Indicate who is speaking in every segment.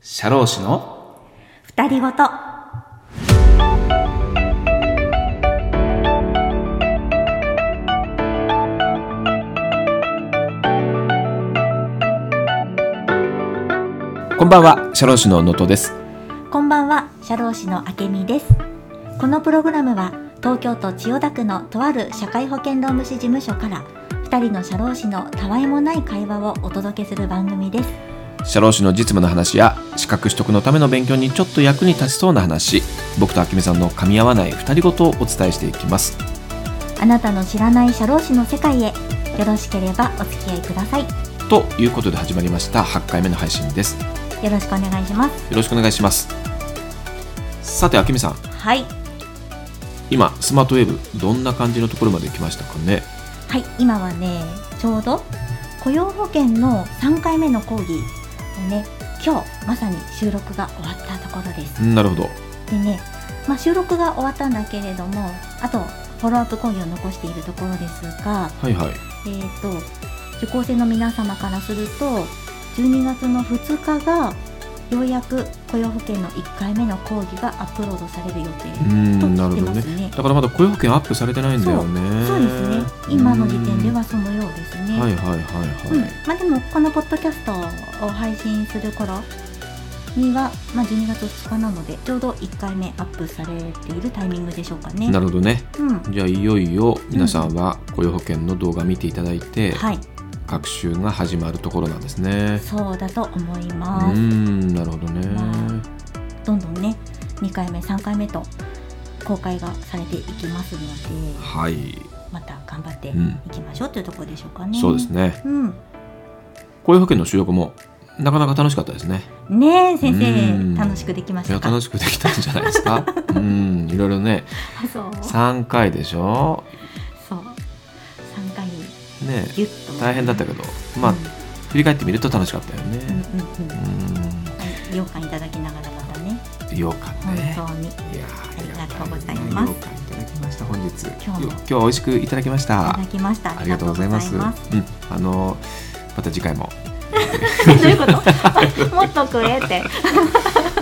Speaker 1: 社労士の
Speaker 2: 二人ごと。
Speaker 1: こんばんは社労士の能登です
Speaker 2: こんばんは、社労士のあけみです。このプログラムは、東京都千代田区のとある社会保険労務士事務所から、二人の社労士のたわいもない会話をお届けする番組です。
Speaker 1: 社労士の実務の話や資格取得のための勉強にちょっと役に立ちそうな話僕とあきみさんの噛み合わない二人ごとをお伝えしていきます
Speaker 2: あなたの知らない社労士の世界へ、よろしければお付き合いください。よ
Speaker 1: ということで始まりました8回目の配信ですよ
Speaker 2: ろしくお願いします。
Speaker 1: ろしくお願いしますさてあきみさん
Speaker 2: はい。
Speaker 1: 今スマートウェーブどんな感じのところまで来ましたかね
Speaker 2: はい、今はね、ちょうど雇用保険の3回目の講義をね、今日まさに収録が終わったところです。
Speaker 1: うんなるほど
Speaker 2: でね、まあ、収録が終わったんだけれども、あとフォローアップ講義を残しているところですが、
Speaker 1: はいはい
Speaker 2: えっ、と、受講生の皆様からすると、12月の2日がようやく雇用保険の1回目の講義がアップロードされる予定
Speaker 1: う
Speaker 2: と
Speaker 1: んなる
Speaker 2: 聞い
Speaker 1: ほ
Speaker 2: て
Speaker 1: ど
Speaker 2: ま
Speaker 1: ね
Speaker 2: すね。
Speaker 1: だからまだ雇用保険アップされてないんだよね
Speaker 2: そうですね。今の時点ではそのようです
Speaker 1: うん
Speaker 2: ね。
Speaker 1: はいはいはい
Speaker 2: うん
Speaker 1: はい、
Speaker 2: まあ、でもこのポッドキャストを配信する頃には、まあ、12月2日なのでちょうど1回目アップされているタイミングでしょうかね。
Speaker 1: なるほどね
Speaker 2: うん、
Speaker 1: じゃあいよいよ皆さんは雇用保険の動画見ていただいて、
Speaker 2: はい
Speaker 1: 学習が始まるところなんですね
Speaker 2: そうだと思いうます。
Speaker 1: んなるほどね
Speaker 2: まどんどんね2回目3回目と公開がされていきますので
Speaker 1: はい、
Speaker 2: また頑張ってい
Speaker 1: うん
Speaker 2: きましょうというところでしょうかね。
Speaker 1: そうです。ね
Speaker 2: うん、
Speaker 1: 雇用保険の収録もなかなか楽しかったですね
Speaker 2: ねえ先
Speaker 1: うん
Speaker 2: 生楽しくできまし
Speaker 1: いや
Speaker 2: たか
Speaker 1: 楽しくできたんじゃないです かうんいろいろね
Speaker 2: あそう
Speaker 1: 3回でしょ
Speaker 2: そう3回
Speaker 1: ね
Speaker 2: ギュッと
Speaker 1: 大変だったけどまあ
Speaker 2: うん
Speaker 1: 振り返ってみると楽しかったよ
Speaker 2: うん
Speaker 1: ね
Speaker 2: うんうん
Speaker 1: う
Speaker 2: はい、ようかんいただきながらまたね、
Speaker 1: んよかった
Speaker 2: 本
Speaker 1: ね
Speaker 2: 当に。
Speaker 1: いやー
Speaker 2: ありがとうございます
Speaker 1: よかったいただきました本日
Speaker 2: 今日
Speaker 1: よ
Speaker 2: も
Speaker 1: 今日は美味しくいただきまし
Speaker 2: い
Speaker 1: た
Speaker 2: ただきました。
Speaker 1: ありがとうございます。
Speaker 2: ありがと
Speaker 1: うん、あのまた次回も
Speaker 2: うございます どういうこと？ もっと食えって。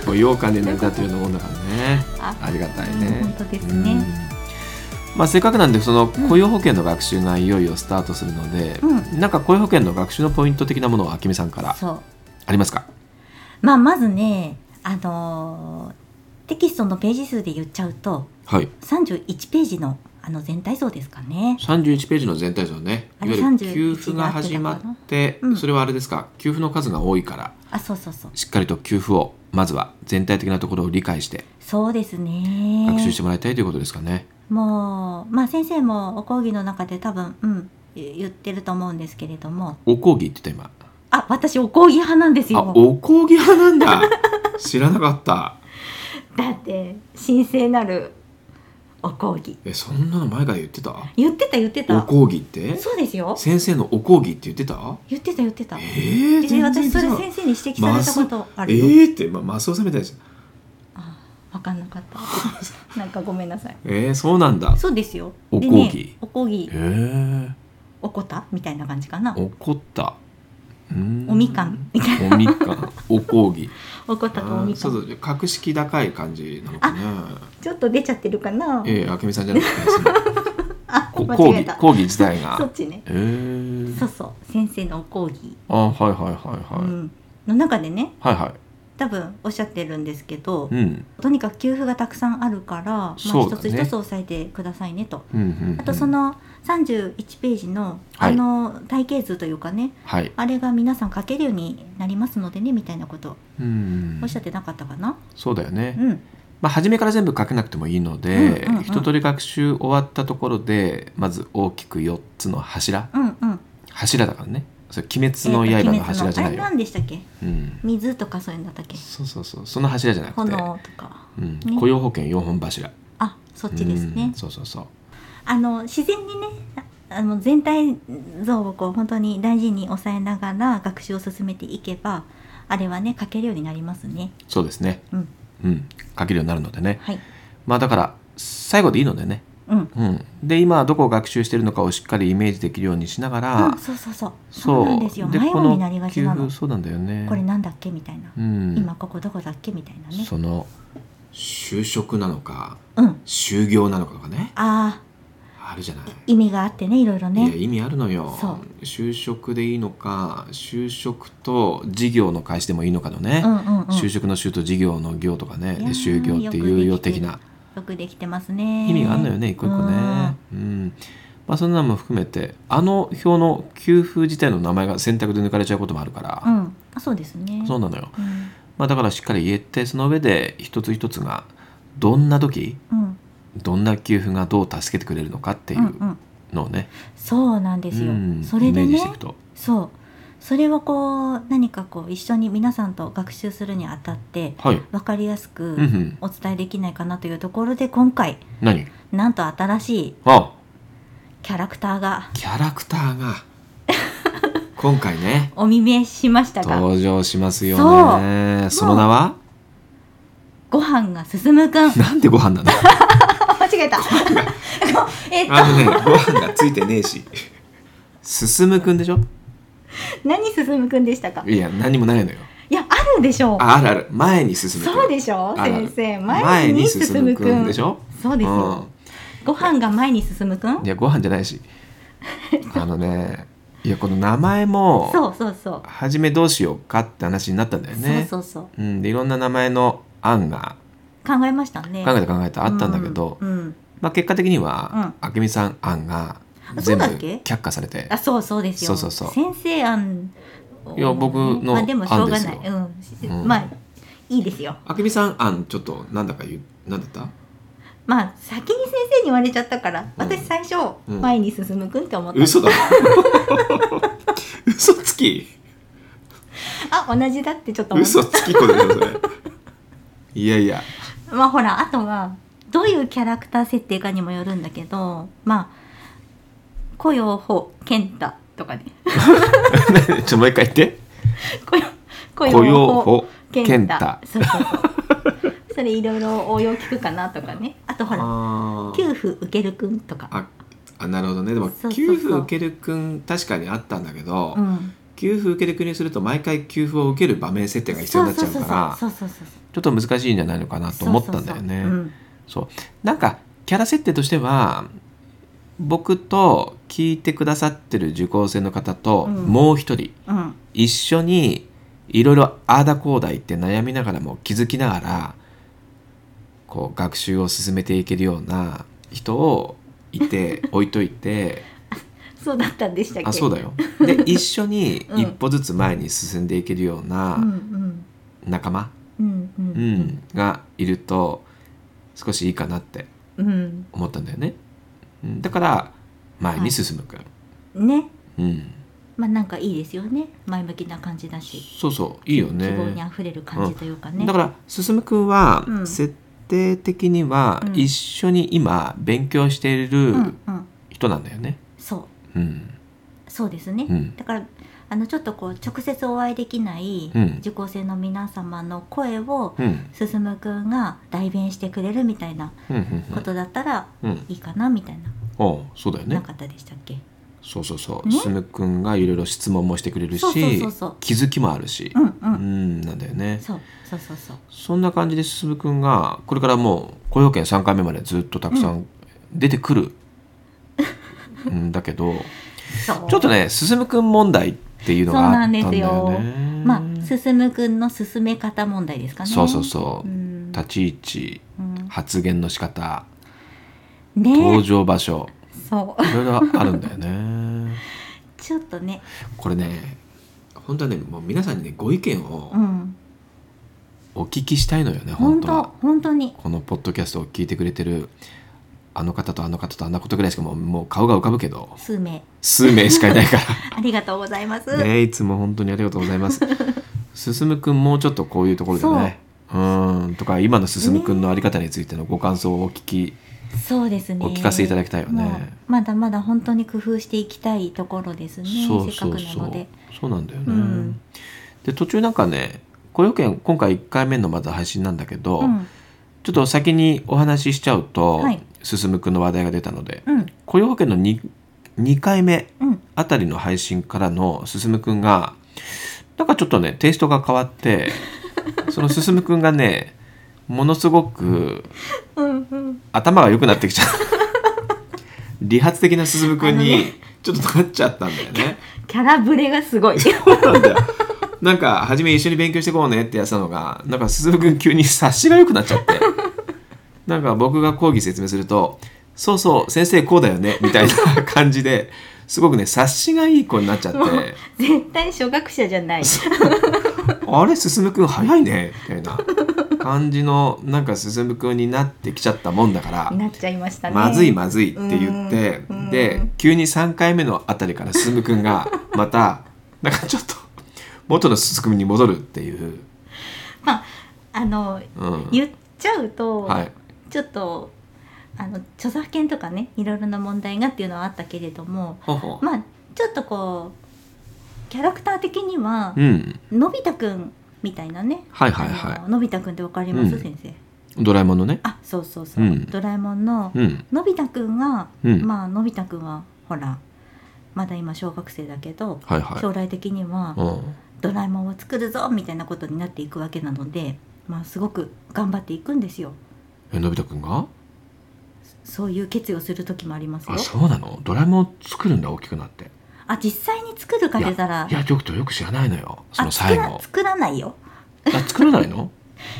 Speaker 1: こう羊羹で成り立ってるようなもんだからね。
Speaker 2: あ
Speaker 1: ありがたい
Speaker 2: うん
Speaker 1: ね
Speaker 2: 本。当です
Speaker 1: うん
Speaker 2: ね。
Speaker 1: まあせっかくなんでその
Speaker 2: うん
Speaker 1: 雇用保険の学習がいよいよスタートするので、
Speaker 2: う
Speaker 1: なんか雇用保険の学習のポイント的なものはあきみさんから
Speaker 2: そう。
Speaker 1: ありますか。
Speaker 2: まあまずね、あのーテキストのページ数で言っちゃうと、
Speaker 1: はい。
Speaker 2: 31ページのあの全体像ですかね。
Speaker 1: 三十一ページの全体像ね。いわ
Speaker 2: あれ
Speaker 1: ゆる給付が
Speaker 2: 31
Speaker 1: 始まって
Speaker 2: う、ん
Speaker 1: それはあれですか。給付の数が多いから、
Speaker 2: あ、そうそうそう。
Speaker 1: しっかりと給付をまずは全体的なところを理解して
Speaker 2: そうですね。
Speaker 1: 学習してもらいたいということですかね。
Speaker 2: もうまあ先生もお講義の中で多分うん言ってると思うんですけれども、
Speaker 1: お講義って言った今。
Speaker 2: あ、私お講義派なんですよ。
Speaker 1: あ、おこぎ派なんだ。 知らなかった。
Speaker 2: だって神聖なるお講義
Speaker 1: え、そんなの前から言ってた。
Speaker 2: 言ってた言って
Speaker 1: お
Speaker 2: た
Speaker 1: 講義って。
Speaker 2: そうですよ
Speaker 1: 先生のお講義って言ってた。
Speaker 2: 言ってた言ってた
Speaker 1: え
Speaker 2: え
Speaker 1: ー、全然
Speaker 2: 私それ
Speaker 1: 違う
Speaker 2: 先生に指摘されたことあるよ、
Speaker 1: えーって、まマスオさんみたいじゃん。
Speaker 2: あ分かんなかったなんかごめんなさい
Speaker 1: えー、そうなんだ。
Speaker 2: そうですよ
Speaker 1: お
Speaker 2: で
Speaker 1: 講義
Speaker 2: ね、お講義
Speaker 1: えー、
Speaker 2: おこたみたいな感じかな
Speaker 1: 怒った。うーん
Speaker 2: おみかん。みたいな
Speaker 1: おみかん、お講義。
Speaker 2: おこたとおみ
Speaker 1: そ
Speaker 2: か
Speaker 1: うんそう、格式高い感じなのかな。
Speaker 2: ちょっと出ちゃってるかな
Speaker 1: ええー、あけみさんじゃなくて、 その
Speaker 2: あ
Speaker 1: こ
Speaker 2: 間
Speaker 1: 講
Speaker 2: 違え
Speaker 1: 義、
Speaker 2: た
Speaker 1: 講義自体
Speaker 2: そ
Speaker 1: が
Speaker 2: っ。ちね
Speaker 1: えー
Speaker 2: そうそう先生のお講義、
Speaker 1: あ、はいはいはいはい。
Speaker 2: うん、の中でね
Speaker 1: はいは
Speaker 2: 多分おっしゃってるんですけど、
Speaker 1: い。うん。
Speaker 2: とにかく給付がたくさんあるから、まあ、
Speaker 1: そう
Speaker 2: 一
Speaker 1: だね
Speaker 2: つ一つ押さえてくださいねと。
Speaker 1: うんうんうん
Speaker 2: あとその31ページの
Speaker 1: はい
Speaker 2: あの体系図というかね、
Speaker 1: はい、
Speaker 2: あれが皆さん書けるようになりますのでねみたいなこと
Speaker 1: うん
Speaker 2: おっしゃってなかったかな、
Speaker 1: そうだよね、
Speaker 2: うん
Speaker 1: まあ、初めから全部書けなくてもいいので、
Speaker 2: うんうんうん
Speaker 1: 一通り学習終わったところでまず大きく4つの柱
Speaker 2: うんうん
Speaker 1: 柱だからねそれ鬼滅の刃の
Speaker 2: え
Speaker 1: 柱
Speaker 2: っと
Speaker 1: じゃ
Speaker 2: 鬼滅のあ
Speaker 1: ない
Speaker 2: れ
Speaker 1: よ、
Speaker 2: 何でしたっけ
Speaker 1: うん、
Speaker 2: 水とかそういうのだったっけ
Speaker 1: そうそうそうその柱じゃなくて、
Speaker 2: 炎とか
Speaker 1: うん
Speaker 2: ね
Speaker 1: 雇用保険4本柱
Speaker 2: あそっちですね、
Speaker 1: うんそうそうそう
Speaker 2: あの自然にねあの全体像をこう本当に大事に抑えながら学習を進めていけばあれはね書けるようになりますね
Speaker 1: そうですね
Speaker 2: うん
Speaker 1: うん書けるようになるのでね
Speaker 2: はい
Speaker 1: まあだから最後でいいのでね
Speaker 2: うん、
Speaker 1: うん、で今どこを学習しているのかをしっかりイメージできるようにしながら、
Speaker 2: うん、そうそうそう
Speaker 1: そ
Speaker 2: そううなんですよ迷子になりがちな
Speaker 1: こ
Speaker 2: の
Speaker 1: 給付そうなんだよね
Speaker 2: これなんだっけみたいな、
Speaker 1: うん、
Speaker 2: 今ここどこだっけみたいなね
Speaker 1: その就職なのか
Speaker 2: うん
Speaker 1: 就業なのかとかね
Speaker 2: ああ
Speaker 1: あるじゃない、
Speaker 2: 意味があってねいろいろ
Speaker 1: いや
Speaker 2: ね
Speaker 1: 意味あるのよ
Speaker 2: そ
Speaker 1: 就職でいいのか就職と事業の開始でもいいのかのね、
Speaker 2: うんうんうん
Speaker 1: 就職の就と事業の業とかね
Speaker 2: い
Speaker 1: で
Speaker 2: や
Speaker 1: 就
Speaker 2: ー
Speaker 1: 業っていうよ的な
Speaker 2: よくできてますね
Speaker 1: 意味があるのよね一個一個ねうんまあそんなのも含めてあの表の給付自体の名前が選択で抜かれちゃうこともあるか
Speaker 2: う
Speaker 1: ら、
Speaker 2: ん、うんあそうですね
Speaker 1: そうなのよ、
Speaker 2: うん
Speaker 1: まあ、だからしっかり言えてその上で一つ一つがどんな時
Speaker 2: うん
Speaker 1: どんな給付がどう助けてくれるのかってい
Speaker 2: うん
Speaker 1: う
Speaker 2: うん
Speaker 1: のをね、
Speaker 2: そうなんですよ、
Speaker 1: うん
Speaker 2: それ
Speaker 1: イメ
Speaker 2: で
Speaker 1: ージし
Speaker 2: ね
Speaker 1: ていくと。
Speaker 2: そうそれをこう何かこう一緒に皆さんと学習するにあたって
Speaker 1: はい、
Speaker 2: 分かりやすく
Speaker 1: うんうん、
Speaker 2: お伝えできないかなというところで今回
Speaker 1: 何
Speaker 2: なんと新しい
Speaker 1: あ
Speaker 2: キャラクターが
Speaker 1: キャラクター が今回ね
Speaker 2: お見見しましたが
Speaker 1: 登場しますよねその名は
Speaker 2: ご飯が進 むくん間
Speaker 1: なんでご飯なの
Speaker 2: 違えた えっと
Speaker 1: あのねご飯がついてねえし進むくんでしょ
Speaker 2: 何進むくんでしたか
Speaker 1: いや何もないのよ
Speaker 2: いやあるでしょう
Speaker 1: ああるある前に進むくん
Speaker 2: そうでしょう
Speaker 1: あるある
Speaker 2: 先生前に進むくん
Speaker 1: でしょ
Speaker 2: そうですよ、ご飯が前に進むく
Speaker 1: うんんいやご飯じゃないしあのねいやこの名前も
Speaker 2: そうそうそう、
Speaker 1: 初めどうしようかって話になったんだよね
Speaker 2: そうそうそう
Speaker 1: うん、でいろんな名前の案が
Speaker 2: 考えましたね
Speaker 1: 考えた考えたあったんだけど、
Speaker 2: うんうん
Speaker 1: まあ、結果的には、あけみさん案が
Speaker 2: あ
Speaker 1: 全部
Speaker 2: そうだっけ
Speaker 1: 却下されて
Speaker 2: あそうそうですよ
Speaker 1: そうそうそう
Speaker 2: 先生案を
Speaker 1: いや僕の
Speaker 2: まあ、でもしょうがない
Speaker 1: 案、
Speaker 2: うん
Speaker 1: うん
Speaker 2: まあいいですよ
Speaker 1: あけみさん案ちょっとなんだか言うなんだった
Speaker 2: まあ先に先生に言われちゃったから、
Speaker 1: うん
Speaker 2: 私最初、
Speaker 1: うん
Speaker 2: 前に進むくんって思った
Speaker 1: 嘘だ 嘘つき
Speaker 2: あ同じだってちょっと思っ
Speaker 1: 嘘つき子だよそれいやいや
Speaker 2: たまあほらあとはどういうキャラクター設定かにもよるんだけどまあ雇用法健太とかね
Speaker 1: ちょっともう一回言って
Speaker 2: 雇用雇
Speaker 1: 雇用
Speaker 2: 法
Speaker 1: 法健
Speaker 2: 健
Speaker 1: 太
Speaker 2: 太そうそ うそうそれいろいろ応用聞くかなとかねあとほら
Speaker 1: あー
Speaker 2: 給付受けるくんとか
Speaker 1: ああなるほどねでも
Speaker 2: そうそうそう
Speaker 1: 給付受けるくん確かにあったんだけど、
Speaker 2: うん
Speaker 1: 給付受けるくんにすると毎回給付を受ける場面設定が必要になっちゃうから
Speaker 2: そうそうそうそう
Speaker 1: ちょっと難しいんじゃないのかなと
Speaker 2: そう
Speaker 1: 思ったんだよね。
Speaker 2: そうそううん
Speaker 1: そうなんかキャラ設定としては僕と聞いてくださってる受講生の方と
Speaker 2: うん
Speaker 1: もう一人、
Speaker 2: うん
Speaker 1: 一緒にいろいろああだこうだ言って悩みながらも気づきながらこう学習を進めていけるような人をいて置いといて
Speaker 2: そうだったんでしたっけ
Speaker 1: あそう
Speaker 2: だ
Speaker 1: だよで一緒に
Speaker 2: うん
Speaker 1: 一歩ずつ前に進んでいけるよう
Speaker 2: うん
Speaker 1: な仲間、
Speaker 2: うんうん
Speaker 1: うんがいると少しいいかなって
Speaker 2: うん
Speaker 1: 思ったんだよね。うんだから前に進むくん、
Speaker 2: うんね
Speaker 1: うん、
Speaker 2: まあなんかいいですよね前向きな感じだし
Speaker 1: そうそういいよね。
Speaker 2: 希望にあふれる感じというかね、
Speaker 1: だから進くんは、
Speaker 2: うん
Speaker 1: 設定的には
Speaker 2: うん
Speaker 1: 一緒に今勉強している
Speaker 2: うんうん
Speaker 1: 人なんだよね。
Speaker 2: そう
Speaker 1: うん、
Speaker 2: そうですね、
Speaker 1: うん
Speaker 2: だからあのちょっとこう直接お会いできない
Speaker 1: うん
Speaker 2: 受講生の皆様の声を
Speaker 1: うん、うん、
Speaker 2: 進むくんが代弁してくれるみたいな
Speaker 1: うん、
Speaker 2: ことだったら
Speaker 1: うん、うん、
Speaker 2: いいかなみたいな、
Speaker 1: おうそうだよ
Speaker 2: な
Speaker 1: ね。
Speaker 2: かったでしたっけ
Speaker 1: そうそうそう。
Speaker 2: ね
Speaker 1: 進くんがいろいろ質問もしてくれるし
Speaker 2: そうそうそうそう、
Speaker 1: 気づきもあるし
Speaker 2: う、んう、
Speaker 1: うんん、なんだよね。
Speaker 2: そうそうそうそう
Speaker 1: そんな感じで進くんがこれからもう雇用券3回目までずっとたくさん出てくる。んだけど
Speaker 2: そう
Speaker 1: ちょっとね進くん問題っていうのがあったんだよね。
Speaker 2: そうなんでまあ進むくんの進め方問題ですかね
Speaker 1: そうそうそう、
Speaker 2: ん
Speaker 1: 立ち位置
Speaker 2: うん
Speaker 1: 発言の仕方登
Speaker 2: ね
Speaker 1: 場場所
Speaker 2: そ
Speaker 1: いろいろあるんだよね
Speaker 2: う ちょっとね
Speaker 1: これね本当はねもう皆さんにねご意見を
Speaker 2: うん
Speaker 1: お聞きしたいのよね、
Speaker 2: 本
Speaker 1: 本当は
Speaker 2: 当本当に
Speaker 1: このポッドキャストを聞いてくれてるあの方とあの方とあんなことぐらいしかもうもう顔が浮かぶけど
Speaker 2: 数名
Speaker 1: 数名しかいないか
Speaker 2: ありがとうございます、
Speaker 1: らねいつも本当にありがとうございます進くんもうちょっとこういうところでねうーんとか今の進くんのあり方についてのご感想をお聞き
Speaker 2: そうですね
Speaker 1: お聞かせいただきたいよね
Speaker 2: もうまだまだ本当に工夫していきたいところですね
Speaker 1: そうそう
Speaker 2: せっかく
Speaker 1: そ
Speaker 2: な
Speaker 1: う
Speaker 2: ので
Speaker 1: そうなんだよね、
Speaker 2: うん
Speaker 1: で途中なんかね雇用券今回1回目のまだ配信なんだけど、
Speaker 2: うん
Speaker 1: ちょっと先にお話ししちゃうと、
Speaker 2: はい
Speaker 1: 進君の話題が出たので
Speaker 2: うん
Speaker 1: 雇用保険の 2, 2回目
Speaker 2: うん
Speaker 1: あたりの配信からの進君がなんかちょっとねテイストが変わってその進君がねものすごく
Speaker 2: うんうん
Speaker 1: 頭が良くなってきちゃう理髪的な進君
Speaker 2: あの
Speaker 1: にちょっとなっちゃったんだよね。
Speaker 2: キャラブレがすごい
Speaker 1: そう なんだよなんか初め一緒に勉強してこうねってやってたのがなんか鈴くん急に察しが良くなっちゃってなんか僕が講義説明すると「そうそう先生こうだよね」みたいな感じですごくね察しがいい子になっちゃって
Speaker 2: もう 絶対初学者じゃない
Speaker 1: 「あれ進くん早いね」みたいな感じのなんか進くんになってきちゃったもんだから。
Speaker 2: なっちゃいましたね
Speaker 1: まずいまずいって言って
Speaker 2: うんう
Speaker 1: で
Speaker 2: ん
Speaker 1: 急に3回目のあたりから進くんがまたなんかちょっと元の進くんに戻るっていう、
Speaker 2: あの
Speaker 1: うん、
Speaker 2: 言っちゃうと、
Speaker 1: はい
Speaker 2: ちょっとあの著作権とかねいろいろな問題がっていうのはあったけれども
Speaker 1: ほうほう
Speaker 2: まあちょっとこうキャラクター的には
Speaker 1: う、ん
Speaker 2: のび太くんみたいなね、
Speaker 1: はいはいは
Speaker 2: あののび太くんってわかります、
Speaker 1: うん
Speaker 2: 先生
Speaker 1: いドラえもんのね
Speaker 2: あそうそうそう、
Speaker 1: うん
Speaker 2: ドラえもんの
Speaker 1: うん
Speaker 2: のび太くんが、
Speaker 1: うん
Speaker 2: まあのび太くんはほらまだ今小学生だけど、
Speaker 1: はいはい
Speaker 2: 将来的には
Speaker 1: うん
Speaker 2: ドラえもんを作るぞみたいなことになっていくわけなのでまあすごく頑張っていくんですよ
Speaker 1: えのび太くんが
Speaker 2: そういう決意をする時もありますよ
Speaker 1: あそうなのドラえもんを作るんだ大きくなって
Speaker 2: あ実際に作るか出たら
Speaker 1: いやちょっとよく知らないのよその
Speaker 2: あ作
Speaker 1: 最
Speaker 2: ら
Speaker 1: 後
Speaker 2: 作らないよ
Speaker 1: あ作らないの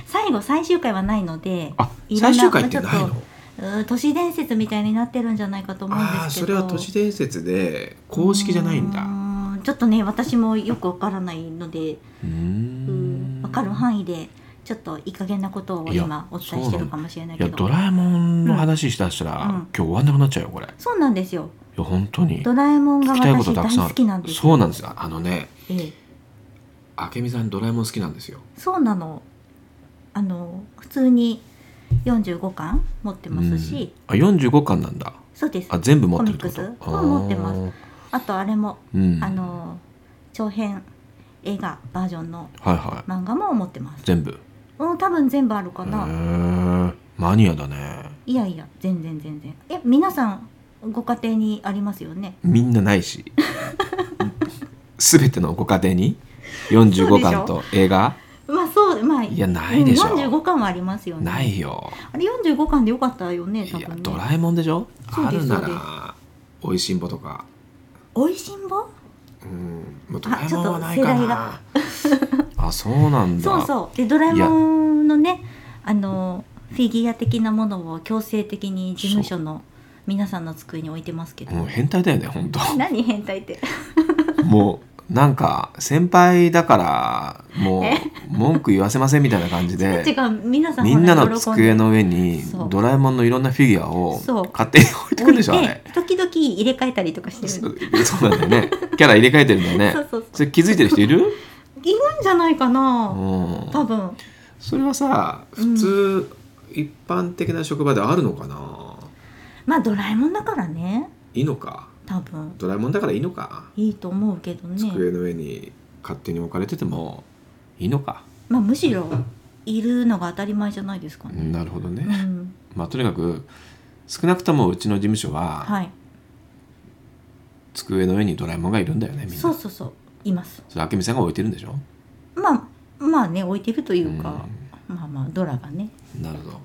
Speaker 2: 最後最終回はないので
Speaker 1: あ
Speaker 2: いろん
Speaker 1: 最終
Speaker 2: な
Speaker 1: 回ってない
Speaker 2: ちょ
Speaker 1: の
Speaker 2: うー都市伝説みたいになってるんじゃないかと思うんですけど
Speaker 1: ああそれは都市伝説で公式じゃないんだ
Speaker 2: うーんちょっとね私もよくわからないので
Speaker 1: うー
Speaker 2: うんんわかる範囲でちょっといい加減なことを
Speaker 1: いや
Speaker 2: 今お伝えしてるかもしれない
Speaker 1: いや
Speaker 2: けど
Speaker 1: ドラえもんの話しだしたら、
Speaker 2: うん
Speaker 1: 今日終わんなくなっちゃうよこれい
Speaker 2: そうなんですよ
Speaker 1: や本当に
Speaker 2: ドラえもんが
Speaker 1: 聞きたいこと
Speaker 2: 私
Speaker 1: たくさん
Speaker 2: 大
Speaker 1: あ
Speaker 2: 好
Speaker 1: る
Speaker 2: きなんです
Speaker 1: そうなんですよあのね
Speaker 2: ええ
Speaker 1: あけみさんドラえもん好きなんですよ
Speaker 2: そうなのあの普通に45巻持ってますし、
Speaker 1: うん、あ45巻なんだ
Speaker 2: そうです
Speaker 1: あ全部持ってるってこと
Speaker 2: コミックスうん持ってます
Speaker 1: あー
Speaker 2: あとあれも、
Speaker 1: うん、
Speaker 2: あの長編映画バージョンの
Speaker 1: はいは
Speaker 2: 漫画も持ってま
Speaker 1: い
Speaker 2: す
Speaker 1: 全部へ
Speaker 2: うん多分全部あるかな、
Speaker 1: えマニアだね
Speaker 2: いやいや全然全然え皆さんご家庭にありますよね
Speaker 1: みんなないし 全てのご家庭に45巻と映画
Speaker 2: まあそうまあ
Speaker 1: いやないでしょ
Speaker 2: うん45巻はありますよね
Speaker 1: ないよ
Speaker 2: あれ45巻でよかったよね多
Speaker 1: いや
Speaker 2: 分ね
Speaker 1: ドラえもんでしょ
Speaker 2: そう
Speaker 1: あ
Speaker 2: で
Speaker 1: る
Speaker 2: す
Speaker 1: な
Speaker 2: そうで
Speaker 1: ら「おいしんぼ」とか
Speaker 2: おいしんぼ
Speaker 1: うん、まあ、ド
Speaker 2: あ
Speaker 1: ラえもんはない
Speaker 2: ちょっと
Speaker 1: か
Speaker 2: 世代
Speaker 1: な。 あ、そうなんだ。
Speaker 2: そうそうでドラえもんのねあのフィギュア的なものを強制的に事務所の皆さんの机に置いてますけど
Speaker 1: もう変態だよね、本当。
Speaker 2: 何変態って
Speaker 1: もう、なんか、先輩だから、もう、文句言わせませんみたいな感 じ
Speaker 2: 違
Speaker 1: で。
Speaker 2: う皆さん
Speaker 1: みんなの
Speaker 2: ほら喜んで
Speaker 1: 机の上に
Speaker 2: そう
Speaker 1: ドラえもんのいろんなフィギュアを
Speaker 2: そう
Speaker 1: 勝手に置いてくるでしょあ れ
Speaker 2: 置いて時々入れ替えたりとかしてる
Speaker 1: そう そうなんだよねキャラ入れ替えてるんだよね
Speaker 2: そうそう
Speaker 1: それ気づいてる人いる、
Speaker 2: いるんじゃないか
Speaker 1: う
Speaker 2: な、
Speaker 1: ん、
Speaker 2: 多分
Speaker 1: それはさ普通、一般的な職場であるのかな
Speaker 2: まあドラえもんだからね
Speaker 1: いいのか
Speaker 2: 多分
Speaker 1: ドラえもんだからいいのか
Speaker 2: いいと思うけどね
Speaker 1: 机の上に勝手に置かれててもいいのか、
Speaker 2: まあむしろいるのが当たり前じゃないですかね、
Speaker 1: なるほど
Speaker 2: う
Speaker 1: ね、
Speaker 2: ん、
Speaker 1: まあ、とにかく少なくともうちの事務所は
Speaker 2: はい
Speaker 1: 机の上にドラえもんがいるんだよねみんな
Speaker 2: そうそうそういます
Speaker 1: それ明美さんが置いてるんでしょ
Speaker 2: まあまあね置いてるというか、まあまあドラがね
Speaker 1: うんなるほど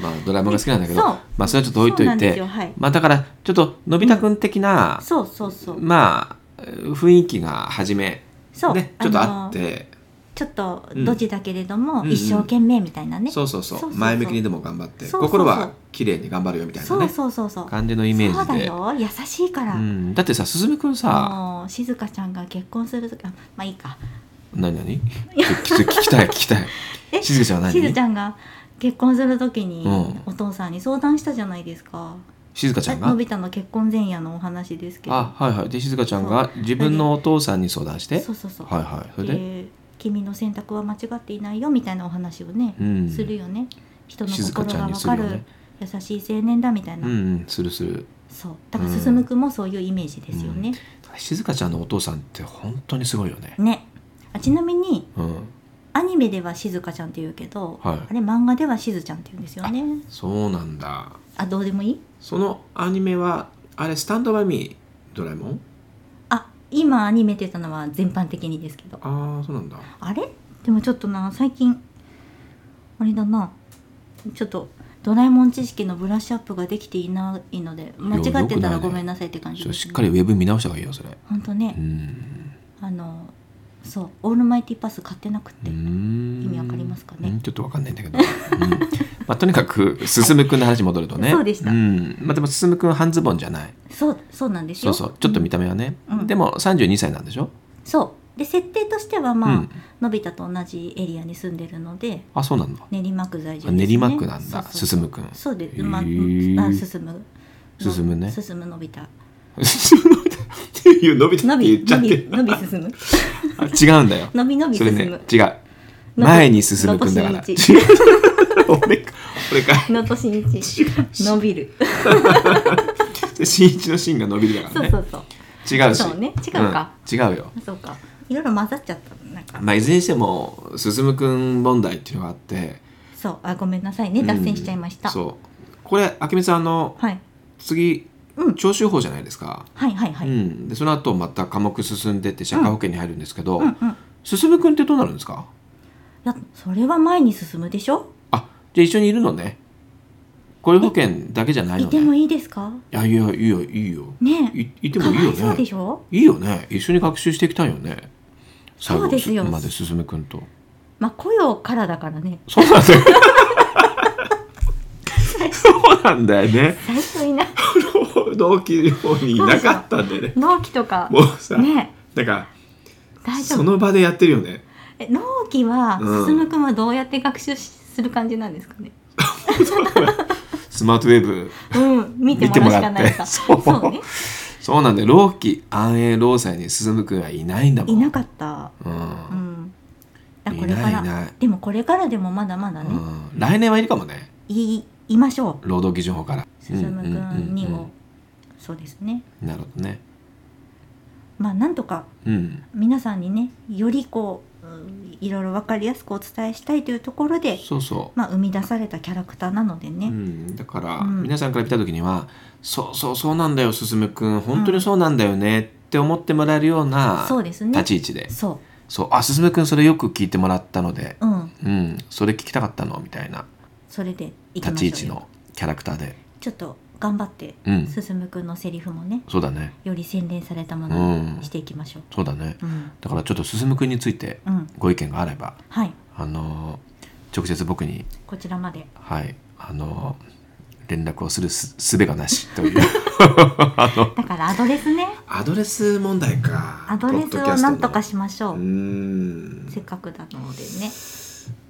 Speaker 1: まあドラえもんが好きなんだけど
Speaker 2: そう
Speaker 1: まあそれはちょっと置いと
Speaker 2: そうないんです
Speaker 1: て
Speaker 2: よはい
Speaker 1: まあだからちょっとのび太くん的な、
Speaker 2: そうそうそう
Speaker 1: まあ雰囲気が初め
Speaker 2: そう、
Speaker 1: ねちょっとあっ
Speaker 2: のー
Speaker 1: て、
Speaker 2: ちょっとドジだけれども、
Speaker 1: うんうん
Speaker 2: 一生懸命みたいなね、
Speaker 1: そうそうそう
Speaker 2: そうそうそう
Speaker 1: 前向きにでも頑張って
Speaker 2: そうそうそう
Speaker 1: 心は綺麗に頑張るよみたいな
Speaker 2: そ
Speaker 1: ね
Speaker 2: うそうそうそう
Speaker 1: 感じのイメージで
Speaker 2: そうだよ優しいから、
Speaker 1: うん、だってさすずめくんさ、
Speaker 2: もう静香ちゃんが結婚する時あまあいいか
Speaker 1: 何何ちょ聞きたい聞きたい
Speaker 2: え
Speaker 1: しずちゃんは何
Speaker 2: しずちゃんが結婚する時に
Speaker 1: うん
Speaker 2: お父さんに相談したじゃないですか、
Speaker 1: 静香ちゃん
Speaker 2: の
Speaker 1: が
Speaker 2: び太の結婚前夜のお話ですけど
Speaker 1: あはいはいで静香ちゃんが自分のお父さんに相談して
Speaker 2: そうそうそう、
Speaker 1: はいはいそれで、
Speaker 2: で君の選択は間違っていないよみたいなお話をね、
Speaker 1: うん
Speaker 2: するよね人の
Speaker 1: 静香
Speaker 2: 心
Speaker 1: ちゃ
Speaker 2: が
Speaker 1: んに
Speaker 2: 分
Speaker 1: す
Speaker 2: か
Speaker 1: る
Speaker 2: る
Speaker 1: よね
Speaker 2: 優しい青年だみたいな、
Speaker 1: うんうんするする
Speaker 2: そうだか
Speaker 1: う
Speaker 2: ら
Speaker 1: ん
Speaker 2: 進君もそういうイメージですよね、
Speaker 1: 静香ちゃんのお父さんって本当にすごいよね
Speaker 2: ねあちなみに
Speaker 1: うん
Speaker 2: あアニメでは静香ちゃんって言うけど、
Speaker 1: はい
Speaker 2: あれ漫画ではしずちゃんって言うんですよね
Speaker 1: そうなんだ
Speaker 2: あどうでもいい
Speaker 1: そのアニメはあれスタンドバイミードラえもん
Speaker 2: あ今アニメって言ったのは全般的にですけど
Speaker 1: ああそうなんだ
Speaker 2: あれでもちょっとな最近あれだなちょっとドラえもん知識のブラッシュアップができていないので間違ってたらごめんなさいって感じ
Speaker 1: ち
Speaker 2: で
Speaker 1: ょ
Speaker 2: す
Speaker 1: しっ
Speaker 2: ね
Speaker 1: かりウェブ見直した方がいいよそれ
Speaker 2: ほんと
Speaker 1: う
Speaker 2: ね、
Speaker 1: ん
Speaker 2: あのそうオールマイティパス買ってなくて、
Speaker 1: う
Speaker 2: 意
Speaker 1: ん
Speaker 2: 味わかりますかね
Speaker 1: うんちょっとわかんないんだけど、うんまあ、とにかく進むくんの話に戻るとね
Speaker 2: そうでした
Speaker 1: んまあ、でも進むくん半ズボンじゃない
Speaker 2: そうそうなんです
Speaker 1: そ
Speaker 2: よ
Speaker 1: うそうちょっと見た目はね、
Speaker 2: うん
Speaker 1: でも32歳なんでしょ、
Speaker 2: そうで設定としてはまあ、
Speaker 1: うん
Speaker 2: のび太と同じエリアに住んでるので
Speaker 1: あそうなんだ
Speaker 2: 練馬区在住
Speaker 1: あ
Speaker 2: です、ね、
Speaker 1: 練馬区なんだ
Speaker 2: そうそう
Speaker 1: 進むくん
Speaker 2: そうです、まあ、
Speaker 1: へー
Speaker 2: あ進むの
Speaker 1: 進むね
Speaker 2: 進むのび太
Speaker 1: 進むっていう伸びた
Speaker 2: の
Speaker 1: って 言
Speaker 2: び
Speaker 1: っちゃ
Speaker 2: の
Speaker 1: って
Speaker 2: び
Speaker 1: る
Speaker 2: のび進む
Speaker 1: あ違うんだよ
Speaker 2: のびのび
Speaker 1: そ
Speaker 2: 進
Speaker 1: れ
Speaker 2: む、
Speaker 1: ね違う
Speaker 2: の
Speaker 1: 前に進むくんだから
Speaker 2: のとし
Speaker 1: 俺か俺か
Speaker 2: のとしんいち伸びる
Speaker 1: 新一の芯が伸びるだか
Speaker 2: そ
Speaker 1: ら
Speaker 2: う
Speaker 1: ね
Speaker 2: そうそう
Speaker 1: 違うし
Speaker 2: そうね違うか、
Speaker 1: うん違うよ
Speaker 2: そうかいろいろ混ざっちゃったなんか
Speaker 1: まあいずれにしても進くん問題っていうのがあって
Speaker 2: そうあごめんなさいね脱線しちゃいました、
Speaker 1: うんそうこれ明美さんあの
Speaker 2: はい、
Speaker 1: 次
Speaker 2: うん、
Speaker 1: 徴収法じゃないですか、
Speaker 2: はいはいはい、
Speaker 1: うん、でその後また科目進んでって社会保険に入るんですけど、
Speaker 2: うんうんい
Speaker 1: 進くんってどうなるんですか
Speaker 2: やそれは前に進むでしょ
Speaker 1: あじゃあ一緒にいるのね雇用保険だけじゃない
Speaker 2: い
Speaker 1: のね
Speaker 2: てもいいですか
Speaker 1: いやいやいいよいいよ
Speaker 2: ねえ
Speaker 1: いいて
Speaker 2: か
Speaker 1: もいい
Speaker 2: わ
Speaker 1: よ
Speaker 2: いそうで
Speaker 1: ね
Speaker 2: しょ
Speaker 1: いいよね一緒に学習していきたいよね最後
Speaker 2: そうですよ
Speaker 1: まで進くんと
Speaker 2: まあ雇用からだからね
Speaker 1: そうなんだよそうなんだよね
Speaker 2: 最 初いな
Speaker 1: 労働基準法にいなかったんでね
Speaker 2: 納期とか
Speaker 1: もうさ、
Speaker 2: ね
Speaker 1: なんか
Speaker 2: え大丈
Speaker 1: そ
Speaker 2: 夫
Speaker 1: の場でやってるよね
Speaker 2: え納期は
Speaker 1: うん
Speaker 2: 進むくんはどうやって学習しする感じなんですかね
Speaker 1: スマートウェブ
Speaker 2: うん見てもらうしかない
Speaker 1: 見てもらって
Speaker 2: か
Speaker 1: そう
Speaker 2: そうね
Speaker 1: そうなんだよ労基安永労災に進むくんはいないんだも
Speaker 2: い
Speaker 1: ん
Speaker 2: なかった
Speaker 1: う、
Speaker 2: うんんだか
Speaker 1: い
Speaker 2: らこれか
Speaker 1: ない
Speaker 2: ら
Speaker 1: いない、
Speaker 2: でもこれからでもまだまだ
Speaker 1: う
Speaker 2: ね
Speaker 1: ん、来年はいるかもね
Speaker 2: いいいましょ
Speaker 1: 労働基準法から
Speaker 2: う進むくんに
Speaker 1: うんうん
Speaker 2: もそうですね
Speaker 1: うんなるほどね
Speaker 2: まあなんとか
Speaker 1: うん
Speaker 2: 皆さんにねよりこううんいろいろ分かりやすくお伝えしたいというところで、
Speaker 1: そうそう
Speaker 2: まあ、生み出されたキャラクターなので
Speaker 1: う
Speaker 2: ね、
Speaker 1: ん、だから、
Speaker 2: うん
Speaker 1: 皆さんから見た時には「そうそうそうなんだよ進くん本当にそうなんだよね」って思ってもらえるような
Speaker 2: そうですね
Speaker 1: 立ち位置で「
Speaker 2: そ
Speaker 1: そうあ進くんそれよく聞いてもらったので、
Speaker 2: ううん
Speaker 1: うん、それ聞きたかったの」みたいな
Speaker 2: それでいき
Speaker 1: 立
Speaker 2: ましょう
Speaker 1: ち位
Speaker 2: よ
Speaker 1: 置のキャラクターで、
Speaker 2: ちょっと頑張って
Speaker 1: うん、
Speaker 2: 進くんのセリフもね
Speaker 1: そうだね、
Speaker 2: より洗練されたも
Speaker 1: う
Speaker 2: の
Speaker 1: ん
Speaker 2: にし、ていきましょう
Speaker 1: そうだね
Speaker 2: うん、
Speaker 1: だからちょっと進くんについて
Speaker 2: うん、
Speaker 1: ご意見があれば、
Speaker 2: はい
Speaker 1: あの直接僕に、
Speaker 2: こちらまで
Speaker 1: はいあの連絡をするすすべがなしという あの
Speaker 2: だからアドレスね
Speaker 1: アドレス問題か
Speaker 2: アドレ
Speaker 1: ポ
Speaker 2: ス
Speaker 1: ッドキ
Speaker 2: を
Speaker 1: ャスト
Speaker 2: な
Speaker 1: の
Speaker 2: んとかしましょ
Speaker 1: う
Speaker 2: う、
Speaker 1: ーん
Speaker 2: せっかくなのでね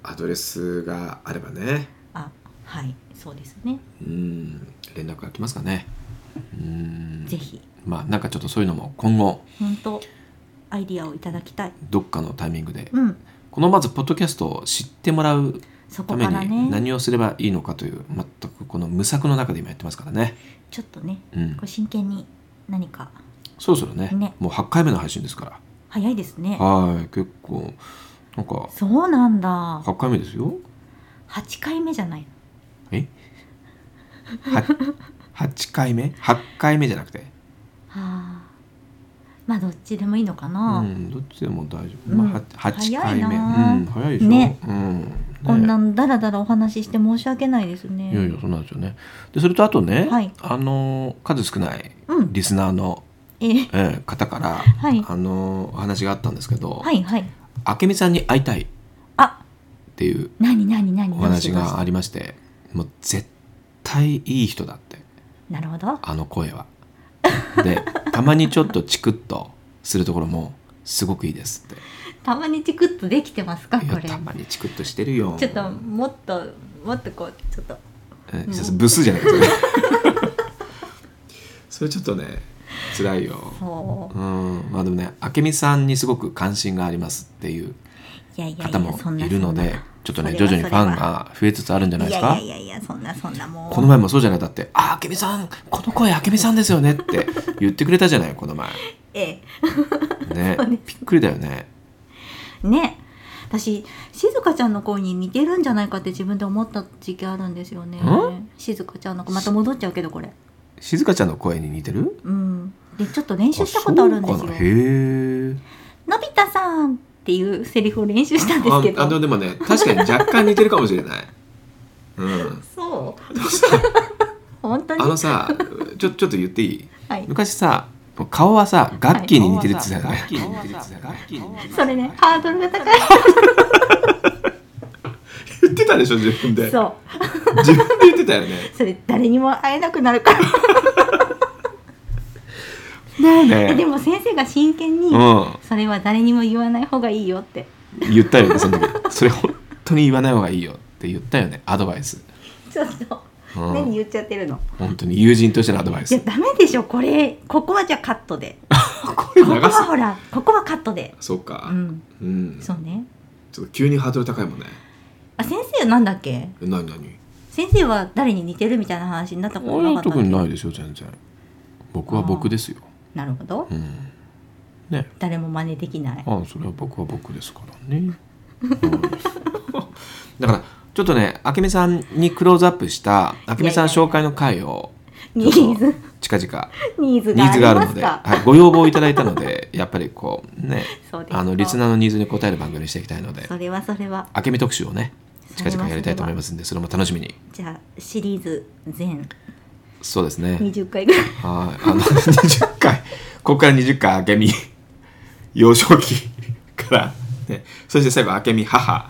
Speaker 1: アドレスがあればね
Speaker 2: あはいそうですね
Speaker 1: うーん連絡が来ますかねうーん
Speaker 2: ぜひ
Speaker 1: まあなんかちょっとそういうのも今後
Speaker 2: 本当アイディアをいただきたい
Speaker 1: どっかのタイミングで
Speaker 2: うん
Speaker 1: このまずポッドキャストを知ってもらう
Speaker 2: そこ
Speaker 1: た
Speaker 2: か
Speaker 1: め
Speaker 2: ら
Speaker 1: に
Speaker 2: ね
Speaker 1: 何をすればいいのかという全くこの無策の中で今やってますからね、
Speaker 2: ちょっとね
Speaker 1: うん
Speaker 2: こ、れ真剣に何か
Speaker 1: そろそろね
Speaker 2: ね
Speaker 1: もう8回目の配信ですか
Speaker 2: 早いですね
Speaker 1: らはい結構なんか
Speaker 2: そうなんだ
Speaker 1: 8回目ですよ
Speaker 2: 8回目じゃない
Speaker 1: えは8回目 ?8 回目じゃなくて
Speaker 2: はあまあどっちでもいいのか
Speaker 1: う
Speaker 2: な、
Speaker 1: ん、どっちでも大丈夫。
Speaker 2: うん
Speaker 1: まあ、は八
Speaker 2: 早
Speaker 1: 回
Speaker 2: い
Speaker 1: 目。
Speaker 2: なあ
Speaker 1: うん、早いでしょ。
Speaker 2: ね
Speaker 1: うん。ね
Speaker 2: こんなんだらだらお話しして申し訳ないですね
Speaker 1: いやいや、そうなんですよね。で、それとあとね、
Speaker 2: はい
Speaker 1: あのー、数少ない
Speaker 2: うん
Speaker 1: リスナーの、
Speaker 2: えー
Speaker 1: えー方から、
Speaker 2: い
Speaker 1: あのー、お話があったんですけど、
Speaker 2: はいはい
Speaker 1: 明美さんに会いたいっ
Speaker 2: あ
Speaker 1: ていう
Speaker 2: なになになに
Speaker 1: お話がありまして、もう絶対いい人だって、
Speaker 2: なるほど
Speaker 1: あの声は。で、たまにちょっとチクッとするところも、すごくいいですって。
Speaker 2: たまにチクッとできてます
Speaker 1: い
Speaker 2: かこ
Speaker 1: や
Speaker 2: れ
Speaker 1: たまにチクッとしてるよ。
Speaker 2: ちょっともっともっとこうちょっと
Speaker 1: え
Speaker 2: うん
Speaker 1: そうブスじゃないそれ それちょっとね辛いよ
Speaker 2: そう
Speaker 1: うんまあでもね明美さんにすごく関心がありますっていう
Speaker 2: いやいやい
Speaker 1: 方
Speaker 2: や
Speaker 1: も
Speaker 2: そんない
Speaker 1: るので
Speaker 2: そんな
Speaker 1: ちょっとね
Speaker 2: それ
Speaker 1: 徐
Speaker 2: は
Speaker 1: 々にファンが増えつつあるんじゃない
Speaker 2: い
Speaker 1: で
Speaker 2: や
Speaker 1: す
Speaker 2: い
Speaker 1: か
Speaker 2: やいやいやそんなそんなもう
Speaker 1: この前もそうじゃないだって「あ明美さんこの声明美さんですよね」って言ってくれたじゃないこの前
Speaker 2: え
Speaker 1: ね
Speaker 2: そうです
Speaker 1: びっくりだよね
Speaker 2: えね私静香ちゃんの声に似てるんじゃないかって自分で思った時期あるんですよね
Speaker 1: ん
Speaker 2: 静香ちゃんの声また戻っちゃうけどこれ
Speaker 1: 静香ちゃんの声に似てる
Speaker 2: うんでちょっと練習したことあるんです
Speaker 1: そう
Speaker 2: よ
Speaker 1: かなへえ
Speaker 2: のび太さんっていうセリフを練習したんですけ
Speaker 1: ああでも
Speaker 2: ど
Speaker 1: でもね確かに若干似てるかもしれないうん
Speaker 2: そう
Speaker 1: でもさ
Speaker 2: 本当に
Speaker 1: あのさちょちょっと言っていい
Speaker 2: はい
Speaker 1: 昔さ顔はさガッキーに似てるって言ってたよね、
Speaker 3: ガッキーに似てるって言ってたよ
Speaker 1: 哦
Speaker 3: ね
Speaker 2: それねハードルが高い
Speaker 1: 言ってたでしょ自分で
Speaker 2: そう
Speaker 1: 自分で言ってたよね
Speaker 2: それ誰にも会えなくなるから
Speaker 1: ね
Speaker 2: えでも先生が真剣に
Speaker 1: う
Speaker 2: それは誰にも言わない方がいいよって
Speaker 1: ん言ったよねその時それ本当に言わない方がいいよって言ったよねアドバイス、
Speaker 2: ちょっと
Speaker 1: う
Speaker 2: 何
Speaker 1: ん、
Speaker 2: 言っちゃってるの
Speaker 1: 本当に友人としてのアドバイ
Speaker 2: い
Speaker 1: ス
Speaker 2: やダメでしょこれここはじゃあカットで
Speaker 1: 声
Speaker 2: ここはほらここはカットで
Speaker 1: そう
Speaker 2: う
Speaker 1: か
Speaker 2: ん
Speaker 1: うん
Speaker 2: そうね
Speaker 1: ちょっと急にハードル高いもんね
Speaker 2: あ先生なんだっけ
Speaker 1: え何何
Speaker 2: 先生は誰に似てるみたいな話になったこと
Speaker 1: 俺
Speaker 2: なか
Speaker 1: は
Speaker 2: ったっ
Speaker 1: 特
Speaker 2: け
Speaker 1: にないですよ全然僕は僕ですよ
Speaker 2: なるほど
Speaker 1: うんね
Speaker 2: 誰も真似できない
Speaker 1: ああそれは僕は僕ですからね、うんだからちょっとねあけみさんにクローズアップしたあけみさん紹介の回を
Speaker 2: ニーズ
Speaker 1: 近々
Speaker 2: ニーズ
Speaker 1: ニーズがある
Speaker 2: がありま
Speaker 1: の
Speaker 2: す
Speaker 1: で、
Speaker 2: か
Speaker 1: はい、ご要望いただいたので やっぱりこうね
Speaker 2: そうですか
Speaker 1: あのリスナーのニーズに応える番組にしていきたいので
Speaker 2: それはそれは
Speaker 1: あけみ特集をね近々やりたいと思いますすんでそれも楽しみに
Speaker 2: じゃあシリーズ全
Speaker 1: そうですね
Speaker 2: 20回ぐらい
Speaker 1: はいあの20回 ここから20回あけみ 幼少期から、ね、そして最後あけみ 母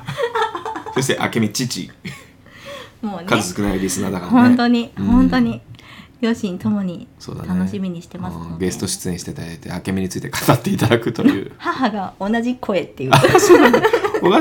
Speaker 1: そしてあけみ父
Speaker 2: もうね
Speaker 1: 数少ないリスナーだからね
Speaker 2: 本当に
Speaker 1: うん
Speaker 2: 本当に両親ともに
Speaker 1: そうだね
Speaker 2: 楽しみにしてます
Speaker 1: う
Speaker 2: の
Speaker 1: ん
Speaker 2: で
Speaker 1: ゲスト出演していただいてあけみについて語っていただくと いう
Speaker 2: 母が同じ声っていう
Speaker 1: お母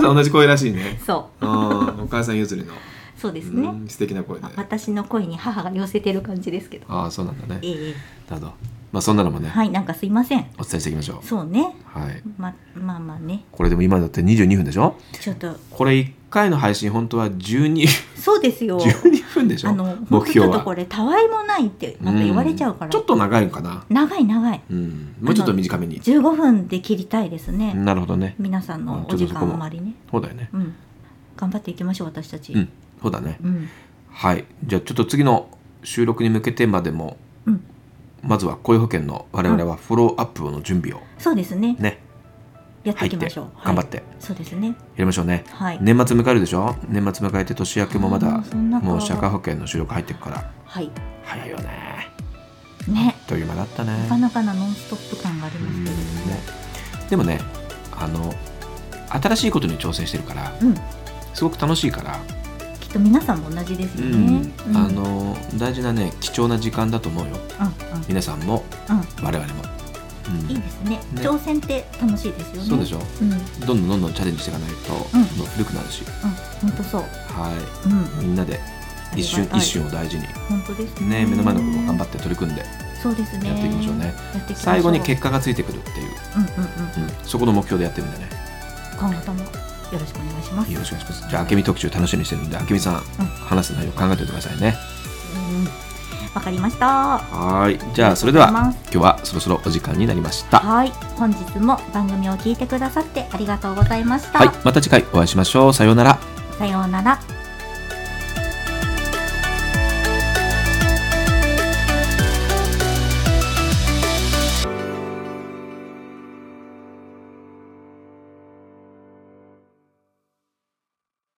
Speaker 1: さん同じ声らしいね
Speaker 2: そ
Speaker 1: うんお母さん譲りの
Speaker 2: うそうですね
Speaker 1: うん素敵な声で
Speaker 2: まあ私の声に母が寄せてる感じですけど
Speaker 1: ああそうなんだね
Speaker 2: ええ
Speaker 1: なるほどまあそんなのもね、
Speaker 2: はいなんかすいません
Speaker 1: お伝えしていきましょう
Speaker 2: そうね
Speaker 1: はい
Speaker 2: ままあまあね
Speaker 1: これでも今だって22分でしょ
Speaker 2: ちょっと
Speaker 1: これ1回の配信本当は12
Speaker 2: そうですよ
Speaker 1: 12分でしょ
Speaker 2: あの本
Speaker 1: 目
Speaker 2: 当ちょ
Speaker 1: 標
Speaker 2: っと
Speaker 1: は
Speaker 2: これたわいもないってまた言われちゃうから
Speaker 1: んちょっと長いのかな
Speaker 2: 長い長い
Speaker 1: うんもうちょっと短めに
Speaker 2: 15分で切りたいですね
Speaker 1: なるほどね
Speaker 2: 皆さんのお時間あまりね
Speaker 1: そうだよね
Speaker 2: うん頑張っていきましょう私たち
Speaker 1: うんそうだね
Speaker 2: うん
Speaker 1: はいじゃあちょっと次の収録に向けてまでも
Speaker 2: うん
Speaker 1: まずは雇用保険の我々はフォローアップの準備を
Speaker 2: そうですね
Speaker 1: ね
Speaker 2: やって
Speaker 1: 入
Speaker 2: い
Speaker 1: っ
Speaker 2: き
Speaker 1: て
Speaker 2: ましょう
Speaker 1: 頑張ってや
Speaker 2: はいそうですね
Speaker 1: りましょうね
Speaker 2: はい
Speaker 1: 年末迎えるでしょ年末迎えて年明けもま
Speaker 2: う
Speaker 1: だ
Speaker 2: んそんな顔
Speaker 1: もう社会保険の収録入ってくから
Speaker 2: はい
Speaker 1: 早いよね
Speaker 2: ね
Speaker 1: という間だったね
Speaker 2: なかなかなノンストップ感があり
Speaker 1: う
Speaker 2: ます
Speaker 1: ん
Speaker 2: け
Speaker 1: ね
Speaker 2: ど
Speaker 1: でもねあの新しいことに挑戦してるから
Speaker 2: うん
Speaker 1: すごく楽しいから、
Speaker 2: きっと皆さんも同じですよねうん
Speaker 1: あ
Speaker 2: うん
Speaker 1: の大事なね貴重な時間だと思うよ
Speaker 2: う
Speaker 1: 皆さんも
Speaker 2: ん
Speaker 1: 我々も、うん
Speaker 2: いいですね
Speaker 1: ね
Speaker 2: 挑戦って楽しいですよね
Speaker 1: そうでしょ
Speaker 2: うんうん
Speaker 1: どんどんどんどんチャレンジしていかないと、
Speaker 2: うん
Speaker 1: どんどん古くなるし
Speaker 2: 本当そう
Speaker 1: は
Speaker 2: うん
Speaker 1: いみんなで
Speaker 2: あり
Speaker 1: 一瞬
Speaker 2: がたい
Speaker 1: 一瞬を大事に
Speaker 2: 本当です
Speaker 1: ね目の前のことを頑張って取り組んで
Speaker 2: そうですね
Speaker 1: やっていきましょうね
Speaker 2: やっていきましょう
Speaker 1: 最後に結果がついてくるっていう、
Speaker 2: うんう
Speaker 1: う
Speaker 2: んうん
Speaker 1: ん、そこの目標でやってるんでね
Speaker 2: 今後ともよろしくお願いします
Speaker 1: よろしくお願いしますじゃあ明美特集楽しみにしてるんで明美さん、
Speaker 2: うん
Speaker 1: 話す内容考えておいてくださいね
Speaker 2: うんわかりました
Speaker 1: はいじゃあそれで
Speaker 2: あり
Speaker 1: は
Speaker 2: がとうございま
Speaker 1: 今
Speaker 2: す
Speaker 1: 日はそろそろお時間になりました
Speaker 2: はい、本日も番組を聞いてくださってありがとうございました。
Speaker 1: はいまた次回お会いしましょうさようなら
Speaker 2: さようなら。